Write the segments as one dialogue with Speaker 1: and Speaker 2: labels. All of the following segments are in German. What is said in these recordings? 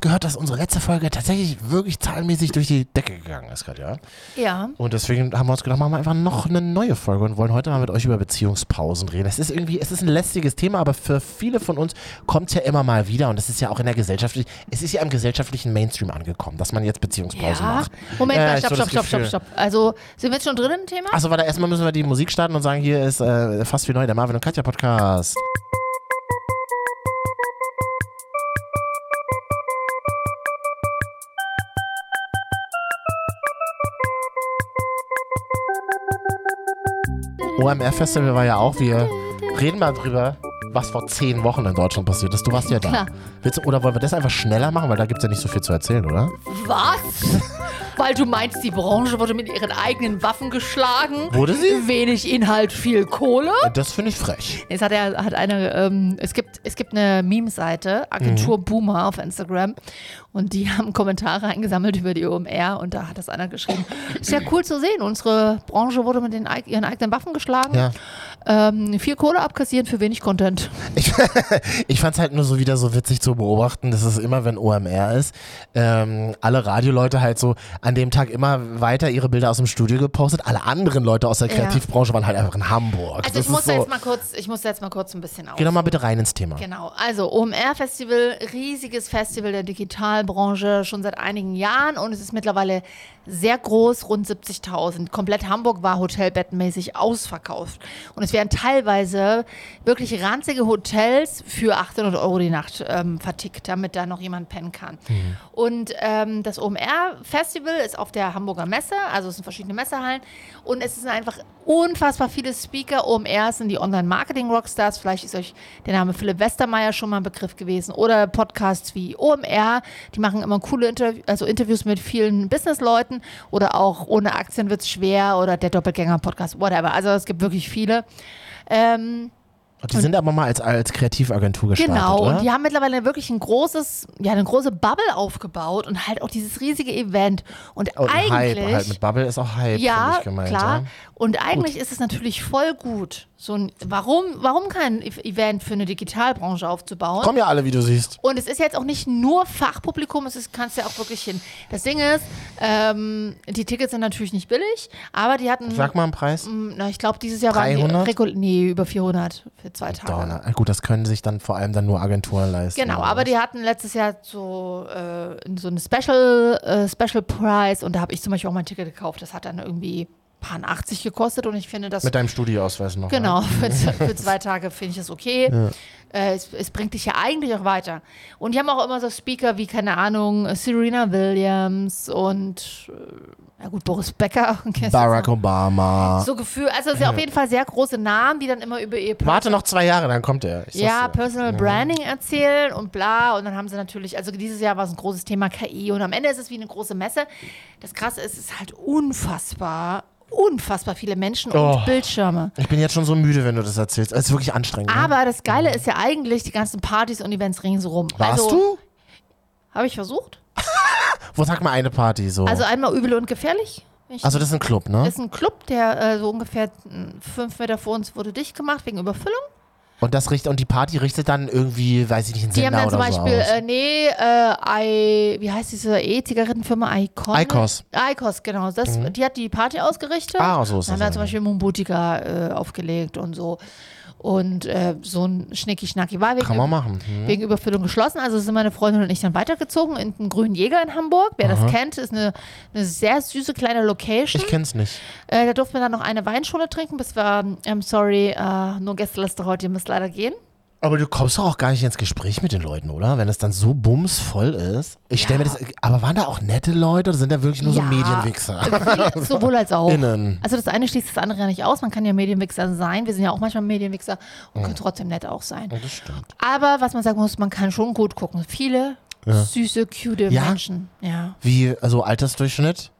Speaker 1: gehört, dass unsere letzte Folge tatsächlich wirklich zahlenmäßig durch die Decke gegangen ist gerade, ja?
Speaker 2: Ja.
Speaker 1: Und deswegen haben wir uns gedacht, machen wir einfach noch eine neue Folge und wollen heute mal mit euch über Beziehungspausen reden. Es ist irgendwie, es ist ein lästiges Thema, aber für viele von uns kommt es ja immer mal wieder und es ist ja auch in der gesellschaftlichen, es ist ja im gesellschaftlichen Mainstream angekommen, dass man jetzt Beziehungspausen macht.
Speaker 2: Moment
Speaker 1: Äh,
Speaker 2: mal,
Speaker 1: ich
Speaker 2: stopp,
Speaker 1: so das
Speaker 2: stopp, stopp, stopp,
Speaker 1: Gefühl.
Speaker 2: stopp. Also, sind wir jetzt schon drin im Thema?
Speaker 1: Achso, warte, erstmal müssen wir die Musik starten und sagen, hier ist äh, fast wie neu der Marvin und Katja Podcast. OMR Festival war ja auch, wir reden mal drüber, was vor zehn Wochen in Deutschland passiert ist. Du warst ja da.
Speaker 2: Klar.
Speaker 1: Willst, du- oder wollen wir das einfach schneller machen, weil da gibt es ja nicht so viel zu erzählen, oder?
Speaker 2: Was? Weil du meinst, die Branche wurde mit ihren eigenen Waffen geschlagen?
Speaker 1: Wurde sie?
Speaker 2: Wenig Inhalt, viel Kohle?
Speaker 1: Das finde ich frech.
Speaker 2: Es hat ja hat eine, ähm, es gibt, es gibt eine Meme-Seite, Agentur
Speaker 1: Mhm.
Speaker 2: Boomer auf Instagram. Und die haben Kommentare eingesammelt über die OMR und da hat das einer geschrieben. Ist ja cool zu sehen, unsere Branche wurde mit den, eig- ihren eigenen Waffen geschlagen.
Speaker 1: Ja.
Speaker 2: Ähm, viel Kohle abkassiert für wenig Content.
Speaker 1: Ich fand's halt nur so wieder so witzig zu beobachten, dass es immer, wenn OMR ist, ähm, alle Radioleute halt so an dem Tag immer weiter ihre Bilder aus dem Studio gepostet. Alle anderen Leute aus der
Speaker 2: Ja.
Speaker 1: Kreativbranche waren halt einfach in Hamburg.
Speaker 2: Also
Speaker 1: das
Speaker 2: ich muss
Speaker 1: ist so,
Speaker 2: da jetzt mal kurz, ich muss da jetzt mal kurz ein bisschen aus.
Speaker 1: Geh doch mal bitte rein ins Thema.
Speaker 2: Genau, also OMR-Festival, riesiges Festival der Digitalbranche schon seit einigen Jahren und es ist mittlerweile sehr groß, rund 70.000. Komplett Hamburg war hotelbettmäßig ausverkauft. Und es werden teilweise wirklich ranzige Hotels für 800 Euro die Nacht ähm, vertickt, damit da noch jemand pennen kann. Und ähm, das OMR-Festival ist auf der Hamburger Messe, also es sind verschiedene Messehallen und es sind einfach unfassbar viele Speaker. OMR sind die Online-Marketing-Rockstars. Vielleicht ist euch der Name Philipp Westermeier schon mal ein Begriff gewesen. Oder Podcasts wie OMR. Die machen immer coole Interv also Interviews mit vielen Businessleuten. Oder auch Ohne Aktien wird's schwer. Oder der Doppelgänger-Podcast. Whatever. Also es gibt wirklich viele. Ähm,
Speaker 1: Und die sind aber mal als, als Kreativagentur gestartet,
Speaker 2: Genau,
Speaker 1: oder?
Speaker 2: und die haben mittlerweile wirklich ein großes, ja, eine große Bubble aufgebaut und halt auch dieses riesige Event. Und
Speaker 1: und
Speaker 2: eigentlich.
Speaker 1: Hype halt mit Bubble ist auch Hype, finde
Speaker 2: ja,
Speaker 1: ich gemeint.
Speaker 2: klar.
Speaker 1: Ja?
Speaker 2: Und eigentlich ist es natürlich voll gut, so ein, warum, warum kein E- Event für eine Digitalbranche aufzubauen?
Speaker 1: Kommen ja alle, wie du siehst.
Speaker 2: Und es ist jetzt auch nicht nur Fachpublikum, es ist, kannst ja auch wirklich hin. Das Ding ist, ähm, die Tickets sind natürlich nicht billig, aber die hatten,
Speaker 1: Sag mal einen Preis.
Speaker 2: Mm, na, ich glaube, dieses Jahr
Speaker 1: 300?
Speaker 2: waren die, regul- nee, über 400 für zwei Tage.
Speaker 1: Downer. Ah, Gut, das können sich dann vor allem dann nur Agenturen leisten.
Speaker 2: Genau, aber die hatten letztes Jahr so, äh, so eine Special, äh, Special Price und da habe ich zum Beispiel auch mein Ticket gekauft. Das hat dann irgendwie paar 80 gekostet und ich finde das.
Speaker 1: Mit deinem Studioausweis noch. ne?
Speaker 2: Genau, für, z- für zwei Tage finde ich das okay. Äh, es, es bringt dich ja eigentlich auch weiter. Und die haben auch immer so Speaker wie, keine Ahnung, Serena Williams und, äh, na gut, Boris Becker.
Speaker 1: Ne? Barack Obama.
Speaker 2: So Gefühl, also es sind auf jeden Fall sehr große Namen, die dann immer über ihr
Speaker 1: Warte noch zwei Jahre, dann kommt er. Ich sag's
Speaker 2: Ja,
Speaker 1: dir.
Speaker 2: Personal Branding erzählen und bla. Und dann haben sie natürlich, also dieses Jahr war es ein großes Thema KI und am Ende ist es wie eine große Messe. Das Krasse ist, es ist halt unfassbar, unfassbar viele Menschen und
Speaker 1: Oh.
Speaker 2: Bildschirme.
Speaker 1: Ich bin jetzt schon so müde, wenn du das erzählst. Es ist wirklich anstrengend. ne?
Speaker 2: Aber das Geile ist ja eigentlich die ganzen Partys und Events ringsrum.
Speaker 1: Warst
Speaker 2: also,
Speaker 1: du?
Speaker 2: Habe ich versucht.
Speaker 1: Wo sag mal eine Party so?
Speaker 2: Also
Speaker 1: Also,
Speaker 2: einmal übel und gefährlich. Ich
Speaker 1: das ist ein Club, ne?
Speaker 2: das ist ein Club, der äh, so ungefähr mh, fünf Meter vor uns wurde dicht gemacht wegen Überfüllung.
Speaker 1: Und das richtet und die Party richtet dann irgendwie, weiß ich nicht, einen
Speaker 2: Die haben
Speaker 1: Sender
Speaker 2: dann zum
Speaker 1: oder
Speaker 2: Beispiel,
Speaker 1: so Genau aus.
Speaker 2: äh, nee, äh, I, wie heißt diese E-Zigarettenfirma? Icon?
Speaker 1: Icos. Mhm.
Speaker 2: Icos, genau. Das, Die hat die Party ausgerichtet.
Speaker 1: Ah, so ist
Speaker 2: Dann haben
Speaker 1: das
Speaker 2: wir zum
Speaker 1: dann.
Speaker 2: Beispiel Mumbutika äh, aufgelegt und so. Und äh, so ein Schnicki-Schnacki war
Speaker 1: Kann
Speaker 2: wegen,
Speaker 1: man machen. Hm.
Speaker 2: wegen Überfüllung geschlossen. Also sind meine Freundin und ich dann weitergezogen in den Grünen Jäger in Hamburg. Wer das kennt, ist eine, eine sehr süße kleine Location.
Speaker 1: Ich kenn's nicht.
Speaker 2: Äh, da durften wir dann noch eine Weinschule trinken, bis wir, ähm, I'm sorry, äh, nur Gästeliste heute, ihr müsst leider gehen.
Speaker 1: Aber du kommst doch auch gar nicht ins Gespräch mit den Leuten, oder? Wenn es dann so bumsvoll ist. Ich stell mir das. Aber waren da auch nette Leute oder sind da wirklich nur so
Speaker 2: Ja. Oh.
Speaker 1: Medienwichser?
Speaker 2: Viele, sowohl als auch.
Speaker 1: Innen.
Speaker 2: Also das eine schließt das andere ja nicht aus. Man kann ja Medienwichser sein. Wir sind ja auch manchmal Medienwichser und können trotzdem nett auch sein.
Speaker 1: Ja, Das stimmt.
Speaker 2: Aber was man sagen muss, man kann schon gut gucken. Viele süße, cute
Speaker 1: Ja?
Speaker 2: Menschen. Ja.
Speaker 1: Wie, also Altersdurchschnitt?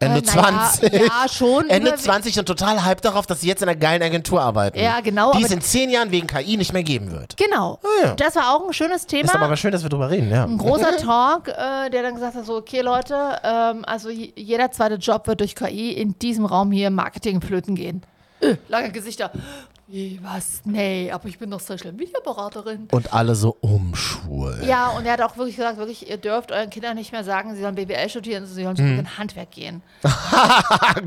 Speaker 1: Ende
Speaker 2: Äh, naja,
Speaker 1: 20.
Speaker 2: Ja, schon.
Speaker 1: Ende
Speaker 2: über-
Speaker 1: 20 und total hyped darauf, dass sie jetzt in einer geilen Agentur arbeiten.
Speaker 2: Ja, genau,
Speaker 1: Die
Speaker 2: aber-
Speaker 1: es in 10 Jahren wegen KI nicht mehr geben wird.
Speaker 2: Genau.
Speaker 1: Ah, ja.
Speaker 2: Das war auch ein schönes Thema.
Speaker 1: Ist aber aber schön, dass wir drüber reden, ja.
Speaker 2: ein großer Talk, äh, der dann gesagt hat, so, okay Leute, ähm, also j- jeder zweite Job wird durch KI in diesem Raum hier Marketing flöten gehen. Äh, lange Gesichter. Was? Nee, aber ich bin doch Social Media Beraterin.
Speaker 1: Und alle so umschwul.
Speaker 2: Ja, und er hat auch wirklich gesagt, wirklich, ihr dürft euren Kindern nicht mehr sagen, sie sollen BWL studieren, sie sollen
Speaker 1: Hm.
Speaker 2: zurück in Handwerk gehen.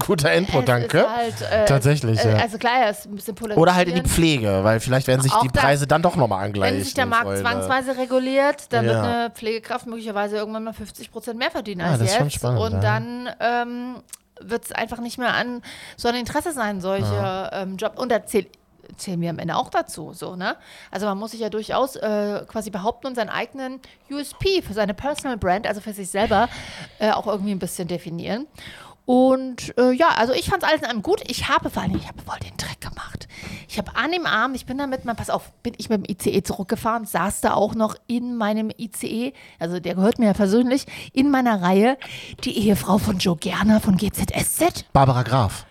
Speaker 1: Guter Input, Oh, danke.
Speaker 2: Es ist halt, äh,
Speaker 1: Tatsächlich,
Speaker 2: äh,
Speaker 1: ja.
Speaker 2: Also klar, er ist ein bisschen polarisierend.
Speaker 1: Oder halt in die Pflege, weil vielleicht werden sich
Speaker 2: Auch
Speaker 1: die
Speaker 2: da-
Speaker 1: Preise dann doch nochmal angleichen.
Speaker 2: Wenn sich der Markt
Speaker 1: Freunde.
Speaker 2: zwangsweise reguliert, dann wird
Speaker 1: Ja.
Speaker 2: eine Pflegekraft möglicherweise irgendwann mal 50 Prozent mehr verdienen
Speaker 1: Ja,
Speaker 2: als
Speaker 1: das ist
Speaker 2: jetzt.
Speaker 1: schon spannend,
Speaker 2: und
Speaker 1: ja.
Speaker 2: dann ähm, wird es einfach nicht mehr an so ein Interesse sein, solche ähm, Job. Und da zählt zählen wir am Ende auch dazu, so, ne? Also man muss sich ja durchaus äh, quasi behaupten und seinen eigenen USP für seine Personal Brand, also für sich selber, äh, auch irgendwie ein bisschen definieren. Und äh, ja, also ich fand es alles in allem gut. Ich habe vor allem, ich habe voll den Dreck gemacht. Ich habe an dem Abend, ich bin damit mal, pass auf, bin ich mit dem ICE zurückgefahren, saß da auch noch in meinem ICE, also der gehört mir ja persönlich, in meiner Reihe, die Ehefrau von Joe Gerner von GZSZ.
Speaker 1: Barbara Graf.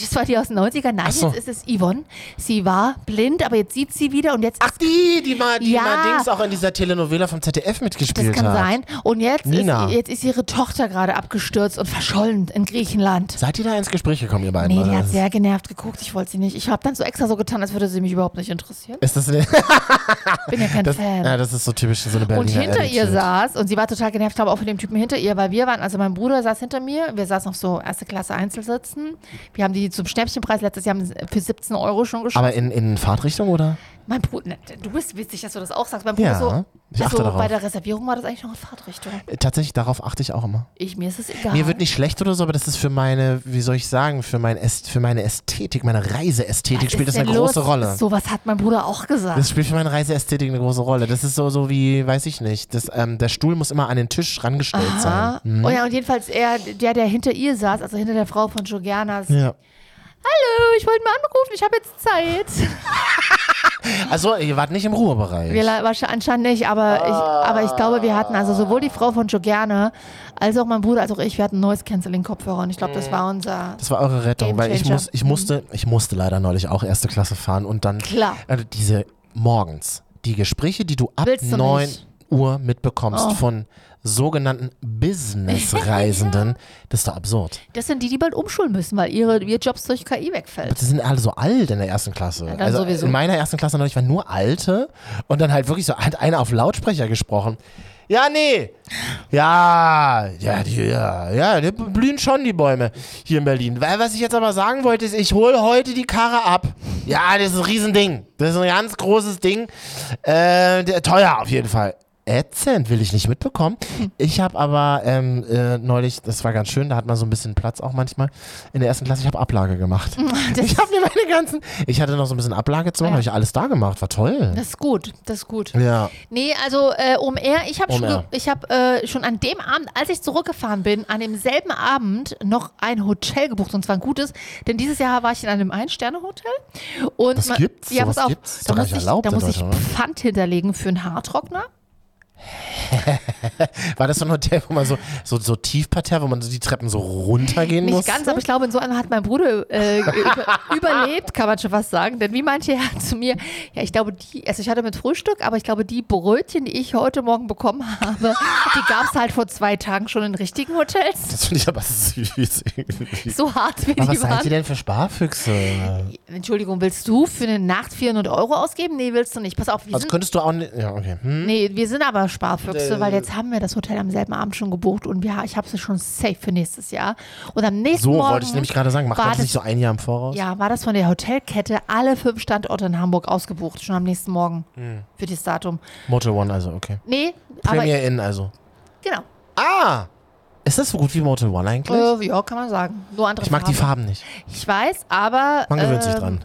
Speaker 2: Das war die aus den 90ern. Nein,
Speaker 1: so.
Speaker 2: jetzt ist es Yvonne. Sie war blind, aber jetzt sieht sie wieder und jetzt.
Speaker 1: Ach, die, die mal, die
Speaker 2: Ja.
Speaker 1: mal Dings auch in dieser Telenovela vom ZDF
Speaker 2: das
Speaker 1: mitgespielt
Speaker 2: kann
Speaker 1: hat.
Speaker 2: sein. Und jetzt ist,
Speaker 1: Nina.
Speaker 2: jetzt ist ihre Tochter gerade abgestürzt und verschollen in Griechenland.
Speaker 1: Seid ihr da ins Gespräch gekommen, ihr beiden?
Speaker 2: Nee, die
Speaker 1: oder?
Speaker 2: hat sehr genervt geguckt. Ich wollte sie nicht. Ich habe dann so extra so getan, als würde sie mich überhaupt nicht interessieren.
Speaker 1: ist das, eine,
Speaker 2: Bin ja kein
Speaker 1: das,
Speaker 2: Fan.
Speaker 1: ja, das ist so typisch so eine Berliner
Speaker 2: und hinter ihr
Speaker 1: Attitude.
Speaker 2: saß, und sie war total genervt, glaube ich, auch von dem Typen hinter ihr, weil wir waren, also mein Bruder saß hinter mir, wir saßen auf so erste Klasse Einzelsitzen. Wir haben die zum Schnäppchenpreis letztes Jahr haben für 17 Euro schon geschossen.
Speaker 1: Aber in, in Fahrtrichtung, oder?
Speaker 2: Mein Bruder, ne, du bist witzig, dass du das auch sagst. Mein Bruder
Speaker 1: Ja,
Speaker 2: so,
Speaker 1: ich achte
Speaker 2: also
Speaker 1: darauf.
Speaker 2: bei der Reservierung war das eigentlich noch in Fahrtrichtung.
Speaker 1: Äh, Tatsächlich, darauf achte ich auch immer.
Speaker 2: Ich, mir ist es egal.
Speaker 1: Mir wird nicht schlecht oder so, aber das ist für meine, wie soll ich sagen, für, mein Äst, für meine Ästhetik, meine Reiseästhetik
Speaker 2: Was
Speaker 1: spielt das
Speaker 2: ist
Speaker 1: eine
Speaker 2: denn
Speaker 1: große
Speaker 2: los?
Speaker 1: Rolle.
Speaker 2: Sowas hat mein Bruder auch gesagt.
Speaker 1: Das spielt für meine Reiseästhetik eine große Rolle. Das ist so, so wie, weiß ich nicht, das, ähm, der Stuhl muss immer an den Tisch rangestellt
Speaker 2: Ah.
Speaker 1: sein. Mhm.
Speaker 2: Oh ja, und jedenfalls er, der, der hinter ihr saß, also hinter der Frau von Jogernas.
Speaker 1: Mhm. Ja.
Speaker 2: Hallo, ich wollte mal anrufen, ich habe jetzt Zeit.
Speaker 1: Also, ihr wart nicht im Ruhebereich.
Speaker 2: Wir la- wahrscheinlich anscheinend nicht, aber, ich, aber ich glaube, wir hatten also sowohl die Frau von Jogerne als auch mein Bruder, als auch ich, wir hatten Noise Cancelling Kopfhörer und ich glaube, das war unser.
Speaker 1: Das war eure Rettung,
Speaker 2: Game
Speaker 1: weil ich,
Speaker 2: Changer.
Speaker 1: muss, ich, musste, ich musste leider neulich auch erste Klasse fahren und dann
Speaker 2: Mhm. Klar.
Speaker 1: Also diese morgens, die Gespräche, die du ab
Speaker 2: Willst du
Speaker 1: 9
Speaker 2: nicht. Oh.
Speaker 1: Uhr mitbekommst von sogenannten Business-Reisenden, das ist doch absurd.
Speaker 2: Das sind die, die bald umschulen müssen, weil ihre, ihr Jobs durch KI wegfällt.
Speaker 1: Die sind alle so alt in der ersten Klasse.
Speaker 2: dann
Speaker 1: also
Speaker 2: sowieso.
Speaker 1: in meiner ersten Klasse neulich waren nur Alte und dann halt wirklich so hat einer auf Lautsprecher gesprochen. Ja, nee. Ja, ja, die, ja, ja, die blühen schon die Bäume hier in Berlin. Weil was ich jetzt aber sagen wollte, ist, ich hole heute die Karre ab. Ja, das ist ein Riesending. Das ist ein ganz großes Ding. Äh, der- teuer auf jeden Fall. Ätzend will ich nicht mitbekommen. Ich habe aber ähm, äh, neulich, das war ganz schön, da hat man so ein bisschen Platz auch manchmal in der ersten Klasse. Ich habe Ablage gemacht. ich habe mir meine ganzen, ich hatte noch so ein bisschen Ablage zu machen,
Speaker 2: Ja.
Speaker 1: habe ich alles da gemacht. War toll.
Speaker 2: Das ist gut, das ist gut.
Speaker 1: ja.
Speaker 2: Nee, also äh, OMR, ich habe schon,
Speaker 1: OMR.
Speaker 2: ge- ich hab, äh, schon an dem Abend, als ich zurückgefahren bin, an demselben Abend noch ein Hotel gebucht und zwar ein gutes, denn dieses Jahr war ich in einem Ein-Sterne-Hotel. Und
Speaker 1: Das
Speaker 2: man-
Speaker 1: gibt's?
Speaker 2: Ja,
Speaker 1: Sowas
Speaker 2: pass auf,
Speaker 1: gibt's? Ist
Speaker 2: da
Speaker 1: doch gar
Speaker 2: muss
Speaker 1: nicht
Speaker 2: ich,
Speaker 1: erlaubt
Speaker 2: da
Speaker 1: in
Speaker 2: muss ich
Speaker 1: Deutschland,
Speaker 2: Pfand hinterlegen für einen Haartrockner.
Speaker 1: War das so ein Hotel, wo man so, so, so Tiefparterre, wo man so die Treppen so runtergehen
Speaker 2: Nicht
Speaker 1: muss?
Speaker 2: ganz, aber ich glaube, in so einem hat mein Bruder äh, über, überlebt, kann man schon fast sagen. Denn wie manche ja zu mir, ja, ich glaube, die, also ich hatte mit Frühstück, aber ich glaube, die Brötchen, die ich heute Morgen bekommen habe, die gab es halt vor zwei Tagen schon in richtigen Hotels.
Speaker 1: Das finde ich aber süß irgendwie.
Speaker 2: So hart wie
Speaker 1: aber was
Speaker 2: die
Speaker 1: seid ihr
Speaker 2: waren.
Speaker 1: denn für Sparfüchse?
Speaker 2: Entschuldigung, willst du für eine Nacht 400 Euro ausgeben? Nee, willst du nicht. Pass auf, wir
Speaker 1: Also
Speaker 2: sind,
Speaker 1: könntest du auch nicht. Ja, okay. Hm?
Speaker 2: nee, wir sind aber Sparfüchse,
Speaker 1: Äh.
Speaker 2: weil jetzt haben wir das Hotel am selben Abend schon gebucht und wir, ich habe es schon safe für nächstes Jahr. Und am nächsten
Speaker 1: So
Speaker 2: Morgen
Speaker 1: wollte ich nämlich gerade sagen. Macht
Speaker 2: war
Speaker 1: man das
Speaker 2: das-
Speaker 1: nicht so ein Jahr im Voraus?
Speaker 2: Ja, war das von der Hotelkette alle fünf Standorte in Hamburg ausgebucht, schon am nächsten Morgen für das Datum.
Speaker 1: Motor One, also, okay.
Speaker 2: Nee,
Speaker 1: Hm. Premier Inn, also.
Speaker 2: aber genau.
Speaker 1: Ah! Ist das so gut wie Motor One eigentlich?
Speaker 2: Äh, ja, kann man sagen. Nur andere
Speaker 1: ich mag die Farben nicht.
Speaker 2: Ich weiß, aber.
Speaker 1: Man gewöhnt sich
Speaker 2: ähm,
Speaker 1: dran.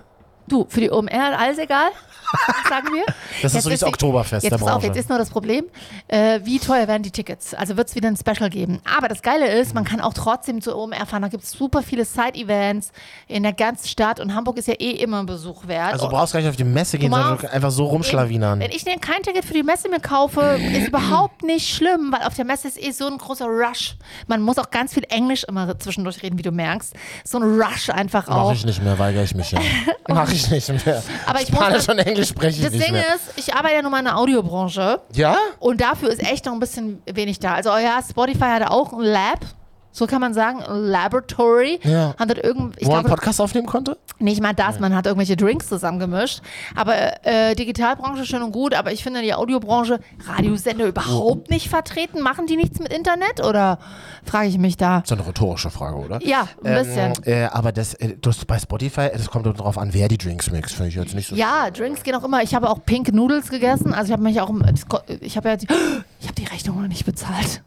Speaker 2: Du, für die OMR alles egal, sagen wir.
Speaker 1: Das ist so wie das
Speaker 2: die-
Speaker 1: Oktoberfest
Speaker 2: jetzt
Speaker 1: der
Speaker 2: pass auf,
Speaker 1: Branche.
Speaker 2: Jetzt ist nur das Problem, äh, wie teuer werden die Tickets? Also wird es wieder ein Special geben. Aber das Geile ist, man kann auch trotzdem zur OMR fahren. Da gibt es super viele Side-Events in der ganzen Stadt und Hamburg ist ja eh immer ein Besuch wert.
Speaker 1: also, du brauchst gar nicht auf die Messe gehen, sondern
Speaker 2: brauchst-
Speaker 1: einfach so rumschlawinern.
Speaker 2: Wenn oh. ich denn kein Ticket für die Messe mir kaufe, ist überhaupt nicht schlimm, weil auf der Messe ist eh so ein großer Rush. Man muss auch ganz viel Englisch immer zwischendurch reden, wie du merkst. So ein Rush einfach
Speaker 1: Mach
Speaker 2: auch.
Speaker 1: ich nicht mehr, weigere ich mich ja. Mach ich nicht mehr.
Speaker 2: Aber ich muss
Speaker 1: Spanisch
Speaker 2: dann-
Speaker 1: und Englisch spreche ich
Speaker 2: Das
Speaker 1: nicht
Speaker 2: Ding
Speaker 1: mehr.
Speaker 2: ist, ich arbeite ja nun mal in der Audiobranche
Speaker 1: Ja?
Speaker 2: und dafür ist echt noch ein bisschen wenig da. Also euer Spotify hatte auch ein Lab. So kann man sagen, Laboratory.
Speaker 1: Ja.
Speaker 2: Hat dort irgend, ich
Speaker 1: Wo man
Speaker 2: glaube,
Speaker 1: einen Podcast aufnehmen konnte?
Speaker 2: nicht mal das, man hat irgendwelche Drinks zusammengemischt. Aber äh, Digitalbranche schön und gut, aber ich finde die Audiobranche, Radiosender überhaupt nicht vertreten. Machen die nichts mit Internet oder frage ich mich da?
Speaker 1: Das ist eine rhetorische Frage, oder?
Speaker 2: Ja, ein bisschen.
Speaker 1: Äh, aber das, äh, das bei Spotify, es kommt darauf an, wer die Drinks mixt, finde ich jetzt nicht so.
Speaker 2: Ja, Drinks gehen auch immer. Ich habe auch Pink Noodles gegessen. Also ich habe mich auch, im- das ko- ich habe ja, die- ich habe die Rechnung noch nicht bezahlt.